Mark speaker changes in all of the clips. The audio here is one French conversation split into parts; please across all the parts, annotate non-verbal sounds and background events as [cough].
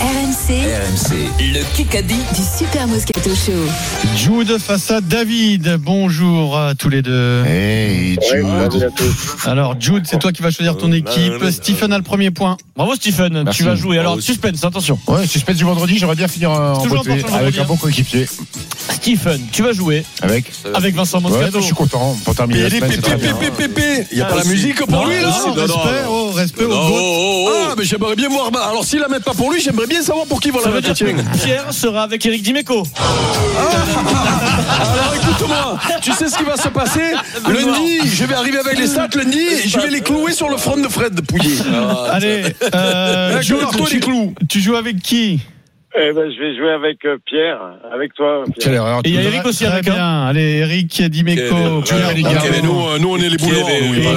Speaker 1: RMC
Speaker 2: RMC, le Kikadi.
Speaker 1: du Super Moscato Show.
Speaker 3: Jude face à David. Bonjour à tous les deux.
Speaker 4: Hey Jude,
Speaker 3: Alors Jude, c'est toi qui vas choisir
Speaker 5: Euh,
Speaker 3: ton équipe. Stephen a le premier point.
Speaker 6: Bravo Stephen,
Speaker 4: Merci.
Speaker 6: tu vas jouer. Alors suspense, attention.
Speaker 4: ouais, suspect du vendredi, j'aimerais bien finir euh, en
Speaker 6: Toujours
Speaker 4: beauté
Speaker 6: important de
Speaker 4: avec
Speaker 6: dire.
Speaker 4: un bon coéquipier.
Speaker 6: Stephen, tu vas jouer
Speaker 4: Avec
Speaker 6: avec Vincent
Speaker 4: Ouais,
Speaker 6: Moscato.
Speaker 4: je suis content, pour terminer la semaine, c'est très bien.
Speaker 5: Il n'y a
Speaker 6: Ah,
Speaker 5: pas la
Speaker 6: si.
Speaker 5: musique pour
Speaker 6: Non,
Speaker 5: lui, là
Speaker 6: non,
Speaker 3: Oh,
Speaker 6: non,
Speaker 3: respect, oh, respect au
Speaker 5: Oh,
Speaker 3: GOAT.
Speaker 5: oh, oh. Ah, mais j'aimerais bien voir. bah, alors, s'ils la mettent pas pour lui, j'aimerais bien savoir pour qui vont
Speaker 6: Ça
Speaker 5: la
Speaker 6: veut
Speaker 5: mettre.
Speaker 6: dire
Speaker 5: Tiens.
Speaker 6: que Pierre sera avec Eric Dimeco.
Speaker 5: Alors, écoute-moi, tu sais ce qui va se passer Lundi, je vais arriver avec les stats. Lundi, je vais les clouer sur le front de Fred de Pouillet.
Speaker 6: Ah,
Speaker 3: Allez, euh,
Speaker 5: Avec le
Speaker 3: Jude,
Speaker 5: marteau et
Speaker 3: tu,
Speaker 5: les clous.
Speaker 3: tu joues avec qui
Speaker 7: Eh ben, je vais jouer avec euh, Pierre, avec toi. Pierre.
Speaker 4: Quelle erreur.
Speaker 6: Et il y a
Speaker 3: Très-
Speaker 6: Eric aussi hein.
Speaker 3: très
Speaker 6: avec
Speaker 3: bien.
Speaker 6: un.
Speaker 3: Allez, Eric Dimeco, Pierre
Speaker 5: Ouais,
Speaker 3: Ligabon
Speaker 5: ok, mais nous, euh, nous, on est les boulons.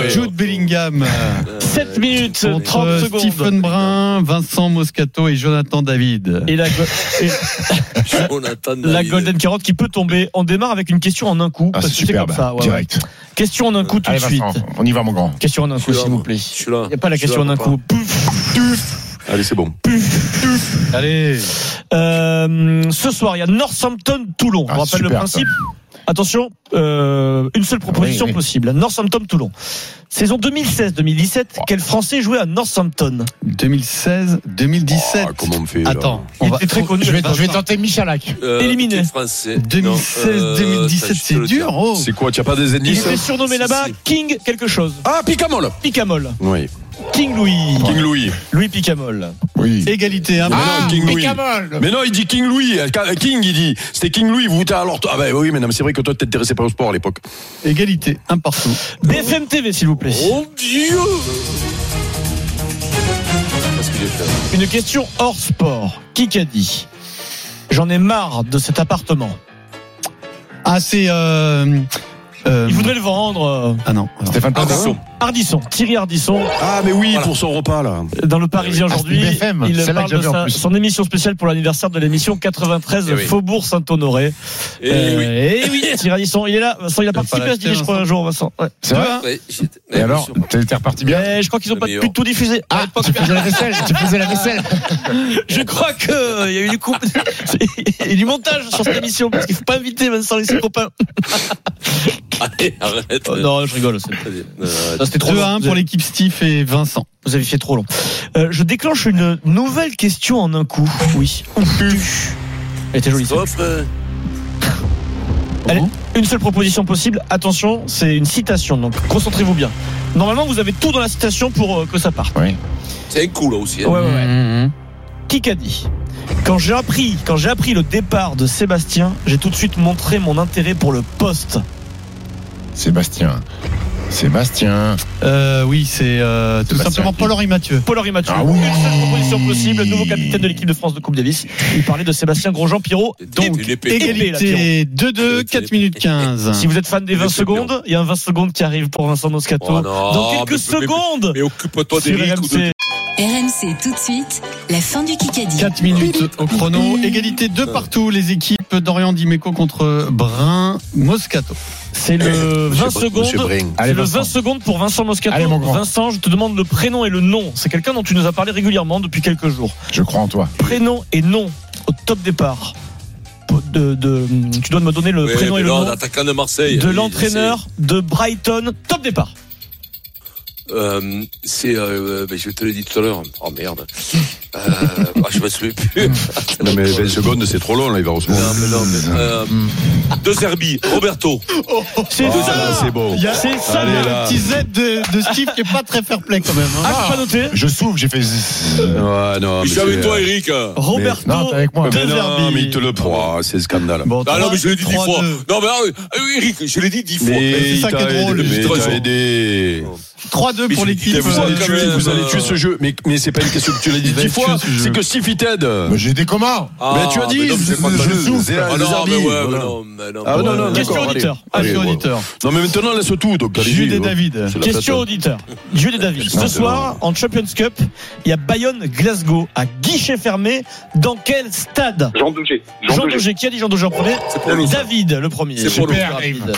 Speaker 3: et Jude
Speaker 5: [laughs]
Speaker 3: Bellingham. euh,
Speaker 6: 7 minutes
Speaker 3: Contre
Speaker 6: 30 secondes.
Speaker 3: Stephen Brun, Vincent Moscato et Jonathan David.
Speaker 6: Et la, go- et la Golden Carotte qui peut tomber. On démarre avec une question en un coup.
Speaker 4: Ah,
Speaker 6: parce
Speaker 4: c'est
Speaker 6: que c'est
Speaker 4: superbe,
Speaker 6: comme ça. ouais, ouais.
Speaker 4: direct.
Speaker 6: Question en un coup tout
Speaker 4: Allez
Speaker 6: de suite.
Speaker 4: Vincent, on y va mon grand.
Speaker 6: Question en un coup,
Speaker 5: Celui-là,
Speaker 6: s'il vous
Speaker 5: moi.
Speaker 6: plaît.
Speaker 5: Je suis là.
Speaker 6: Il n'y a pas la
Speaker 5: Je suis
Speaker 6: question en
Speaker 5: là,
Speaker 6: un
Speaker 5: papa.
Speaker 6: coup. Pouf, pouf,
Speaker 5: Allez, c'est bon.
Speaker 3: Allez,
Speaker 6: Euh, ce soir, il y a Northampton-Toulon.
Speaker 4: Ah,
Speaker 6: On rappelle le
Speaker 4: super,
Speaker 6: principe. Attention, euh, une seule proposition
Speaker 4: Oui, oui.
Speaker 6: possible. Northampton-Toulon. Saison 2016-2017, quel Français jouait à Northampton
Speaker 3: 2016, 2017.
Speaker 5: Ah, comment on me fait là
Speaker 3: Attends,
Speaker 6: Il était très connu.
Speaker 4: Je vais, je vais
Speaker 6: Vincent. Euh,
Speaker 4: tenter Michalak.
Speaker 6: Éliminé.
Speaker 3: 2016, 2017, c'est dur. Oh.
Speaker 5: C'est quoi Tu n'as pas des
Speaker 6: Il
Speaker 5: ennemis ça
Speaker 6: était surnommé là-bas King quelque chose.
Speaker 5: Ah, Picamol
Speaker 6: Picamol.
Speaker 5: Oui.
Speaker 6: King Louis.
Speaker 5: King Louis.
Speaker 6: Louis Picamol.
Speaker 4: Oui.
Speaker 3: Égalité, hein.
Speaker 5: Ah, non, King
Speaker 4: mais
Speaker 5: Louis.
Speaker 4: Camol.
Speaker 5: Mais non, il dit King Louis. Euh, King, il dit. C'était King Louis. Vous t'as- alors. toi- Ah, bah oui, mais non, mais c'est vrai que toi, t'intéressais pas au sport à l'époque.
Speaker 3: Égalité, un partout.
Speaker 6: BFM TV, s'il vous plaît.
Speaker 5: Oh Dieu Qu'est-ce qu'il est fait
Speaker 6: Une question hors sport. Qui qu'a dit J'en ai marre de cet appartement.
Speaker 3: Ah, c'est. Euh, euh,
Speaker 6: Il voudrait le vendre. euh,
Speaker 3: Ah non. alors.
Speaker 4: Stéphane Plaza.
Speaker 5: Ardisson.
Speaker 6: Ardisson, Thierry Ardisson,
Speaker 5: ben Ah, mais oui, pour son repas, là.
Speaker 6: dans le Parisien
Speaker 4: Ah, c'est
Speaker 6: aujourd'hui.
Speaker 4: BFM,
Speaker 6: Il
Speaker 4: celle-là
Speaker 6: parle
Speaker 4: que j'avais
Speaker 6: de
Speaker 4: en
Speaker 6: sa-
Speaker 4: plus.
Speaker 6: son émission spéciale pour l'anniversaire de l'émission 93
Speaker 5: Eh oui.
Speaker 6: Faubourg Saint-Honoré. Euh, eh oui, Thierry Ardisson, il est là. Vincent, il a
Speaker 3: pas
Speaker 6: participé à ce
Speaker 3: l'acheter,
Speaker 6: dîner, je crois,
Speaker 3: Vincent.
Speaker 6: un jour, Vincent. Ouais.
Speaker 4: C'est vrai Et alors, t'es t'es reparti bien
Speaker 6: Mais je crois qu'ils n'ont
Speaker 5: Le
Speaker 6: pas
Speaker 5: meilleur.
Speaker 6: pu tout diffuser.
Speaker 4: Ah, tu faisais la vaisselle, tu faisais la vaisselle.
Speaker 6: [laughs] Je crois qu'il y a eu du coup [laughs] et du montage sur cette émission parce qu'il faut pas inviter Vincent et ses copains.
Speaker 5: Allez, arrête. euh,
Speaker 6: Oh, non, je rigole. c'est-
Speaker 5: Ah,
Speaker 6: ça, C'était trop
Speaker 3: 2 à
Speaker 6: long.
Speaker 3: 1
Speaker 6: Vous
Speaker 3: pour
Speaker 6: avez-
Speaker 3: l'équipe Steve et Vincent.
Speaker 6: Vous avez fait trop long. Euh, je déclenche une nouvelle question en un coup. Oui. Elle était jolie. celle-là.
Speaker 5: euh,
Speaker 6: Allez, une seule proposition possible. Attention, c'est une citation. Donc concentrez-vous bien. Normalement, vous avez tout dans la citation pour euh, que ça parte.
Speaker 4: Oui.
Speaker 5: C'est un coup, là aussi. hein.
Speaker 6: Ouais, ouais, ouais.
Speaker 5: Mmh,
Speaker 3: Mhm.
Speaker 6: Qui qu'a dit Quand j'ai appris, quand j'ai appris le départ de Sébastien, j'ai tout de suite montré mon intérêt pour le poste.
Speaker 4: Sébastien. Sébastien.
Speaker 3: Euh, oui, c'est euh, tout
Speaker 4: Sébastien
Speaker 3: simplement
Speaker 4: qui-
Speaker 3: Paul-Henri Mathieu.
Speaker 6: Paul-Henri Mathieu,
Speaker 4: Ah oui.
Speaker 6: une seule proposition possible, nouveau capitaine de l'équipe de France de Coupe Davis. Il parlait de Sébastien Grosjean Pirot. Donc, épée, là, Pierrot.
Speaker 3: Égalité, 2-2, 4 minutes 15.
Speaker 6: si vous êtes fan des
Speaker 5: Il
Speaker 6: 20
Speaker 5: était
Speaker 6: secondes, il y a un 20 secondes qui arrive pour Vincent Moscato.
Speaker 5: Oh non,
Speaker 6: Dans quelques
Speaker 5: mais- mais-
Speaker 6: secondes
Speaker 5: Mais occupe-toi des
Speaker 6: sur
Speaker 5: rites ou de...
Speaker 6: RMC.
Speaker 1: RMC tout de suite, la fin du Kikadi.
Speaker 3: 4 minutes au chrono. Égalité deux partout, les équipes d'Orient Dimeco contre Brun Moscato.
Speaker 6: C'est le 20 secondes.
Speaker 4: Allez,
Speaker 6: c'est le
Speaker 4: Vincent.
Speaker 6: 20 secondes pour Vincent Moscato.
Speaker 4: Allez, mon grand.
Speaker 6: Vincent, je te demande le prénom et le nom. C'est quelqu'un dont tu nous as parlé régulièrement depuis quelques jours.
Speaker 4: Je crois en toi.
Speaker 6: Prénom et nom au top départ. De, de- tu dois me donner le
Speaker 5: Ouais,
Speaker 6: prénom
Speaker 5: mais
Speaker 6: et le
Speaker 5: non,
Speaker 6: nom
Speaker 5: l'attaquant de Marseille.
Speaker 6: de
Speaker 5: il-
Speaker 6: l'entraîneur de Brighton. Top départ.
Speaker 5: C'est, euh, c'est, euh, ben, je te l'ai dit tout à l'heure. Oh merde. Euh, ah, je me souviens plus. non, mais 20 secondes, c'est trop long, là, il va recevoir. Non, mais non, mais. Euh, de Serbie, Roberto.
Speaker 6: C'est
Speaker 5: Ah,
Speaker 6: ça.
Speaker 5: là, c'est bon.
Speaker 6: C'est ça.
Speaker 5: Allez,
Speaker 6: le-
Speaker 5: là.
Speaker 3: Petit Z de, de Steve qui est pas très fair play quand même. hein.
Speaker 6: Ah, j'ai pas noté.
Speaker 4: Je souffle, j'ai fait. zzz.
Speaker 5: Ouais, non,
Speaker 8: Je suis
Speaker 5: mais
Speaker 8: avec
Speaker 5: c'est- euh,
Speaker 8: toi, Eric.
Speaker 5: Ah,
Speaker 6: Roberto.
Speaker 4: Ah, Non, t'es avec moi.
Speaker 6: De
Speaker 5: Mais non,
Speaker 6: Zerbi.
Speaker 5: mais il te le prend, hein, c'est scandale.
Speaker 3: Bon,
Speaker 8: Ah non, mais je l'ai dit dix
Speaker 3: 3-2.
Speaker 5: euh,
Speaker 8: fois. Non, mais ah, euh, Eric, je l'ai dit dix fois.
Speaker 3: c'est
Speaker 5: Mais
Speaker 3: ça qui est
Speaker 5: t'as
Speaker 3: drôle,
Speaker 5: aidé,
Speaker 3: mais
Speaker 5: mais
Speaker 3: t'as
Speaker 5: t'as aidé.
Speaker 3: 3-2 pour
Speaker 5: Mais je
Speaker 3: l'équipe.
Speaker 5: dis,
Speaker 3: euh,
Speaker 8: Vous allez
Speaker 5: quand
Speaker 8: tuer,
Speaker 5: même,
Speaker 8: vous allez
Speaker 5: euh,
Speaker 8: tuer ce jeu. Mais, mais c'est pas une question que tu l'as dit
Speaker 3: Vous allez
Speaker 8: dix fois,
Speaker 3: tuer ce jeu.
Speaker 8: c'est que Steve Ted.
Speaker 4: Mais j'ai des commandes.
Speaker 8: Mais tu as dit,
Speaker 5: Ah, non, c'est pas
Speaker 8: je
Speaker 5: de-
Speaker 8: souffle,
Speaker 5: Ah
Speaker 8: les
Speaker 5: non, mais
Speaker 8: arbitres,
Speaker 5: ouais, mais
Speaker 8: voilà.
Speaker 5: non, mais non,
Speaker 8: Ah
Speaker 5: mais
Speaker 8: non,
Speaker 5: ouais.
Speaker 8: non, non,
Speaker 6: Question
Speaker 8: d'accord,
Speaker 6: auditeur.
Speaker 8: allez.
Speaker 6: Question
Speaker 8: Allez, ouais.
Speaker 6: auditeur.
Speaker 8: Non, mais maintenant, laisse tout. Donc, allez-y, euh,
Speaker 3: Jude et
Speaker 8: voilà.
Speaker 3: David.
Speaker 8: C'est la
Speaker 6: Question
Speaker 8: fête.
Speaker 6: auditeur. Jude et David.
Speaker 8: Non,
Speaker 6: Ce
Speaker 8: c'est
Speaker 6: soir, en Champions Cup, il y a Bayonne-Glasgow à guichet fermé. Dans quel stade
Speaker 7: Jean Douget.
Speaker 6: Jean Daugé. Qui a dit Jean Daugé en premier David, le premier.
Speaker 5: C'est pour
Speaker 6: Super
Speaker 4: nous.
Speaker 6: rapide.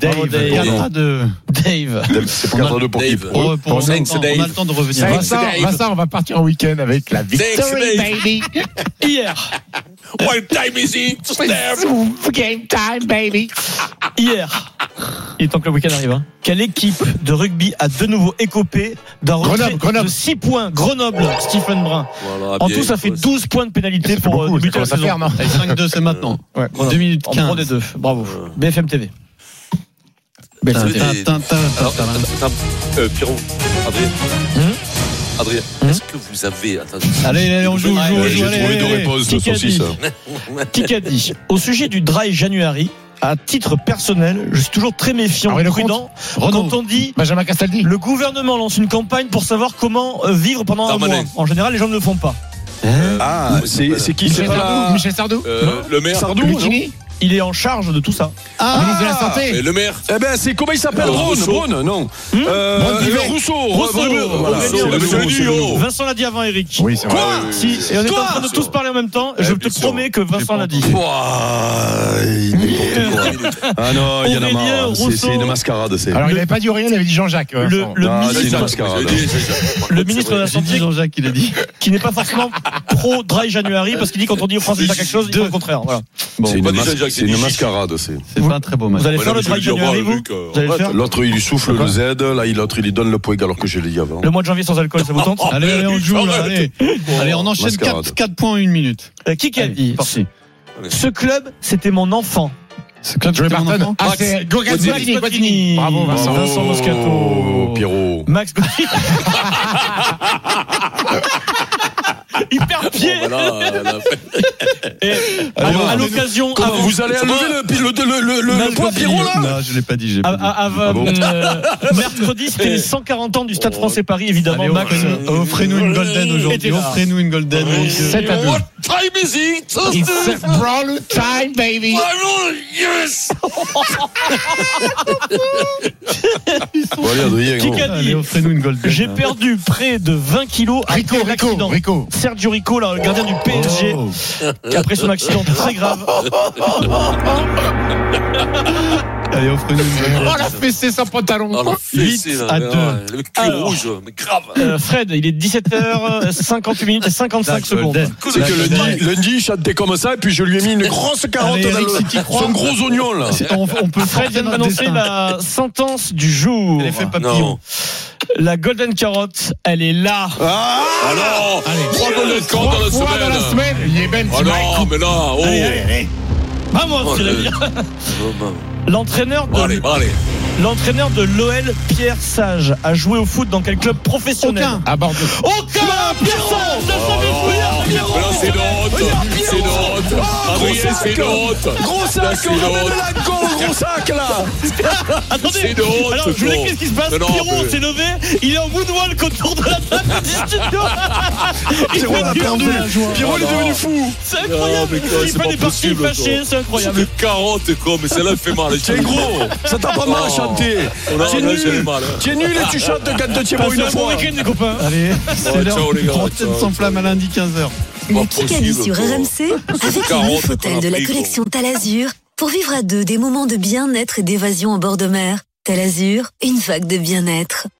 Speaker 3: Bravo,
Speaker 6: Dave.
Speaker 3: Dave.
Speaker 6: Dave.
Speaker 3: Quatre à deux.
Speaker 6: Dave.
Speaker 8: C'est 4 à 2 pour qui
Speaker 5: Dave.
Speaker 3: Pour- pour-
Speaker 5: Thanks,
Speaker 3: on a le temps- on a le
Speaker 5: Dave.
Speaker 3: temps de revenir.
Speaker 5: Thanks,
Speaker 4: Vincent,
Speaker 5: Dave.
Speaker 4: Vincent, on va partir en week-end avec la victoire.
Speaker 5: Thanks, Dave.
Speaker 4: baby.
Speaker 6: Hier,
Speaker 5: What time is it? Steph?
Speaker 4: Game time, baby.
Speaker 6: hier. Il est temps que le week-end arrive. hein. Quelle équipe de rugby a de nouveau écopé d'un retrait
Speaker 4: Grenoble, Grenoble.
Speaker 6: de 6 points Grenoble, Stephen Brun.
Speaker 5: Voilà,
Speaker 6: En
Speaker 5: bien,
Speaker 6: tout, ça fait
Speaker 5: ouais,
Speaker 6: 12 points de pénalité
Speaker 4: Ça fait
Speaker 6: pour euh,
Speaker 4: beaucoup, ça
Speaker 6: débuter la
Speaker 4: commence à
Speaker 6: saison.
Speaker 4: faire, non
Speaker 3: Allez, 5-2, c'est maintenant.
Speaker 6: Ouais, Grenoble.
Speaker 3: 2 minutes Euh.
Speaker 6: En
Speaker 3: 15.
Speaker 6: prend des deux. Bravo. BFM TV.
Speaker 3: Ben,
Speaker 6: Belle
Speaker 5: Ah,
Speaker 6: télé.
Speaker 5: oui.
Speaker 3: Tintin, tintin,
Speaker 5: Alors,
Speaker 3: tintin.
Speaker 5: attends, attends, euh, Pierrot, Adrien,
Speaker 6: Hum
Speaker 5: Adrien,
Speaker 6: Hum
Speaker 5: est-ce que vous avez. Attends,
Speaker 3: Allez, allez, on joue, on joue, on
Speaker 8: Ouais,
Speaker 3: joue,
Speaker 8: J'ai
Speaker 3: allez,
Speaker 8: trouvé deux
Speaker 3: allez,
Speaker 8: réponses de
Speaker 6: Kikadi.
Speaker 8: saucisse.
Speaker 6: Kikadi, au sujet du dry January, à titre personnel, je suis toujours très méfiant,
Speaker 4: Ah oui, le
Speaker 6: prudent,
Speaker 3: Renaud.
Speaker 6: quand on dit
Speaker 4: Benjamin Castaldi.
Speaker 6: le gouvernement lance une campagne pour savoir comment euh, vivre pendant un
Speaker 5: Darmanin.
Speaker 6: mois. En général, les gens ne le font pas.
Speaker 8: Ah, c'est c'est qui C'est
Speaker 4: Michel
Speaker 8: pas
Speaker 4: Sardou.
Speaker 3: Ah.
Speaker 8: la-
Speaker 4: Michel Sardou.
Speaker 5: euh, le maire.
Speaker 8: Sardou non Ah,
Speaker 4: Lucchini.
Speaker 6: Il est en charge de tout ça.
Speaker 4: Ministre de la
Speaker 5: Mais
Speaker 4: Santé.
Speaker 5: le maire.
Speaker 8: Eh ben, c'est comment il s'appelle
Speaker 5: Euh,
Speaker 8: Braun,
Speaker 5: Rousseau.
Speaker 8: Braun, non. Euh,
Speaker 4: Braun Pivet.
Speaker 8: Rousseau,
Speaker 6: Rousseau,
Speaker 8: Braun, voilà.
Speaker 6: Aurélien
Speaker 8: C'est le
Speaker 6: Rousseau.
Speaker 8: monsieur du haut.
Speaker 6: Vincent l'a dit avant Eric. Ah,
Speaker 4: Oui, c'est vrai.
Speaker 8: Quoi
Speaker 6: Si, et on est en train de
Speaker 8: Quoi
Speaker 6: tous parler en même temps. Je
Speaker 5: Eh,
Speaker 6: te
Speaker 5: bien sûr.
Speaker 6: promets que Vincent l'a dit.
Speaker 8: Ouah, il- n'importe quoi. Ah non, il y en a
Speaker 6: Aurélien
Speaker 8: marre. C'est-
Speaker 6: Rousseau.
Speaker 8: C'est une mascarade, c'est.
Speaker 4: Alors, il n'avait pas dit Aurélien, il avait dit Jean-Jacques. euh,
Speaker 6: Le,
Speaker 4: Vincent.
Speaker 6: le
Speaker 8: Ah,
Speaker 6: ministre-
Speaker 8: c'est une
Speaker 5: C'est
Speaker 8: mascarade.
Speaker 5: vrai, c'est ça.
Speaker 6: le ministre de la
Speaker 3: J'ai dit
Speaker 6: Santé,
Speaker 3: Jean-Jacques, il a dit.
Speaker 6: [laughs] qui n'est pas forcément pro dry January, parce qu'il dit quand on dit aux Français de faire quelque chose, il faut le contraire. Voilà.
Speaker 8: C'est une
Speaker 5: pas des
Speaker 8: mas-
Speaker 5: Jean-Jacques,
Speaker 8: c'est une
Speaker 5: des
Speaker 8: mascarade, c'est.
Speaker 3: C'est pas un très beau match.
Speaker 6: Vous allez
Speaker 5: Ouais,
Speaker 6: faire
Speaker 5: non,
Speaker 6: le
Speaker 5: mais je veux
Speaker 6: dry
Speaker 5: dire,
Speaker 6: January,
Speaker 5: voir le
Speaker 6: vous
Speaker 5: mec, euh,
Speaker 6: Vous allez le faire
Speaker 8: L'autre, il lui souffle le Z, là, il- l'autre, il lui donne le poing alors que je l'ai dit avant.
Speaker 6: Le mois de janvier sans alcool, ça vous tente
Speaker 3: Allez, allez, on joue, là, allez. Allez, on enchaîne
Speaker 8: Mascarade.
Speaker 3: 4, 4 points en une minute.
Speaker 6: Euh, Qui qui a
Speaker 3: Allez,
Speaker 6: dit
Speaker 3: parti.
Speaker 6: Ce club, c'était mon enfant.
Speaker 3: C'est Club
Speaker 4: Joey Barton.
Speaker 3: Barton.
Speaker 4: Ah, c'est Gogazzini.
Speaker 6: Max Guazzini.
Speaker 4: Bravo, Vincent.
Speaker 8: Oh,
Speaker 6: Vincent Moscato.
Speaker 8: Pierrot.
Speaker 6: Max Gauthier. Hyper pied.
Speaker 5: Bon, voilà, là, là,
Speaker 6: Et à-
Speaker 8: Comment-
Speaker 6: à l'occasion,
Speaker 8: Comment
Speaker 6: avant-
Speaker 8: vous allez enlever le, pi- le, le, le, le,
Speaker 6: Max
Speaker 8: le poids,
Speaker 6: Gazzini.
Speaker 8: Pierrot, là
Speaker 3: Non, Ah, je l'ai pas dit, j'ai
Speaker 6: à-
Speaker 3: pas dit.
Speaker 6: à- à-
Speaker 8: bon
Speaker 6: euh, mercredi, c'était les 140 ans du Stade
Speaker 5: Oh.
Speaker 6: français Paris, évidemment.
Speaker 3: Allez,
Speaker 6: Max, euh,
Speaker 3: offrez- offrez-nous une golden
Speaker 6: était
Speaker 3: aujourd'hui.
Speaker 6: là.
Speaker 3: Offrez-nous une golden.
Speaker 4: Sept à deux.
Speaker 5: What time is it? Oh,
Speaker 4: It's brawl time, baby.
Speaker 5: Bravo, yes!
Speaker 8: Bon, allez, Adrien,
Speaker 6: Qui
Speaker 8: gros.
Speaker 6: qu'a dit
Speaker 3: Allez, offrez-nous une golden.
Speaker 6: J'ai perdu près de 20 kilos après
Speaker 4: Rico, Rico,
Speaker 6: l'accident.
Speaker 4: Rico.
Speaker 6: Sergio Rico, là, le gardien du PSG,
Speaker 3: Oh.
Speaker 6: qui après son accident très grave,
Speaker 3: Allez, offrez-nous une golden.
Speaker 4: Oh, la fessée sans pantalon.
Speaker 5: Ah, la
Speaker 3: Huit
Speaker 5: fessée, là,
Speaker 3: à
Speaker 5: là,
Speaker 3: deux.
Speaker 5: Le cul
Speaker 6: Alors.
Speaker 5: rouge, mais grave.
Speaker 6: Euh, Fred, il est 17h58 minutes et 55 secondes.
Speaker 8: C'est que lundi, lundi, il chantait comme ça, et puis je lui ai mis une grosse carotte
Speaker 3: Allez,
Speaker 8: dans
Speaker 3: Eric,
Speaker 8: le-
Speaker 3: si t'y crois.
Speaker 8: son gros oignon, là.
Speaker 3: On, on peut
Speaker 6: Fred
Speaker 3: forcer
Speaker 6: vient de
Speaker 3: notre
Speaker 6: m'annoncer
Speaker 3: destin.
Speaker 6: la sentence du jour.
Speaker 3: L'effet papillon.
Speaker 5: Non.
Speaker 6: La Golden Carotte, elle est là.
Speaker 8: Ah,
Speaker 5: Alors, trois goles de camp dans la
Speaker 4: Trois fois dans la
Speaker 5: semaine.
Speaker 4: semaine. Il est même
Speaker 5: Oh non, mais là, oh.
Speaker 6: Allez, allez, allez. Vamos,
Speaker 5: Oh,
Speaker 6: c'est la
Speaker 5: le-
Speaker 6: vie.
Speaker 5: Oh, non.
Speaker 6: Ah, L'entraîneur
Speaker 5: Bon, Allez,
Speaker 6: de
Speaker 5: bon, allez.
Speaker 6: l'entraîneur de l'OL, Pierre Sage, a joué au foot dans quel club professionnel
Speaker 3: Aucun.
Speaker 4: à Bordeaux.
Speaker 6: Aucun Pierre Sage, je savais
Speaker 5: Oh, mais là, c'est une honte. C'est une honte. Adrien, c'est une honte.
Speaker 8: Gros
Speaker 5: Là,
Speaker 8: sac,
Speaker 5: c'est
Speaker 8: on
Speaker 5: une
Speaker 8: ramène
Speaker 5: honte.
Speaker 8: la goal, gros sac, là.
Speaker 5: C'est
Speaker 6: Attendez,
Speaker 5: une honte,
Speaker 6: alors je vous
Speaker 5: bon.
Speaker 6: explique ce qui se passe.
Speaker 5: Mais non,
Speaker 6: Pierrot
Speaker 5: mais-
Speaker 6: s'est levé, il est en moonwalk autour de la table du
Speaker 5: [laughs]
Speaker 6: studio. Il
Speaker 8: Pierrot
Speaker 6: fait
Speaker 8: a
Speaker 6: du-
Speaker 8: perdu. Pierrot, il est devenu fou.
Speaker 6: C'est
Speaker 5: Non,
Speaker 6: incroyable.
Speaker 5: mais quoi,
Speaker 6: Il
Speaker 5: c'est
Speaker 6: fait
Speaker 5: pas
Speaker 6: des parties
Speaker 5: possible,
Speaker 6: fâchées,
Speaker 5: quoi.
Speaker 6: c'est
Speaker 5: C'est
Speaker 6: incroyable.
Speaker 5: une carotte, quoi, mais celle-là elle fait mal.
Speaker 8: T'es gros, ça t'a pas mal
Speaker 5: Oh.
Speaker 8: chanté.
Speaker 5: Oh, non,
Speaker 8: T'es
Speaker 5: là, j'ai
Speaker 8: nul.
Speaker 5: le mal, hein.
Speaker 8: T'es nul et tu chantes quand tu es bon
Speaker 6: Passez
Speaker 8: une
Speaker 6: un bon
Speaker 8: fois.
Speaker 6: week-end, les copains.
Speaker 3: Allez,
Speaker 5: Oh,
Speaker 3: c'est l'heure
Speaker 5: ciao, les
Speaker 3: du
Speaker 5: gars,
Speaker 3: gros
Speaker 5: ciao,
Speaker 3: tête sans
Speaker 5: ciao.
Speaker 3: flamme à lundi 15h.
Speaker 5: Pas
Speaker 1: Le Kikadi
Speaker 5: possible,
Speaker 1: sur
Speaker 5: quoi.
Speaker 1: RMC avec les
Speaker 5: 40
Speaker 1: neuf hôtels de la
Speaker 5: Olympiques,
Speaker 1: collection Talazur pour vivre à deux des moments de bien-être et d'évasion en bord de mer. Talazur, une vague de bien-être.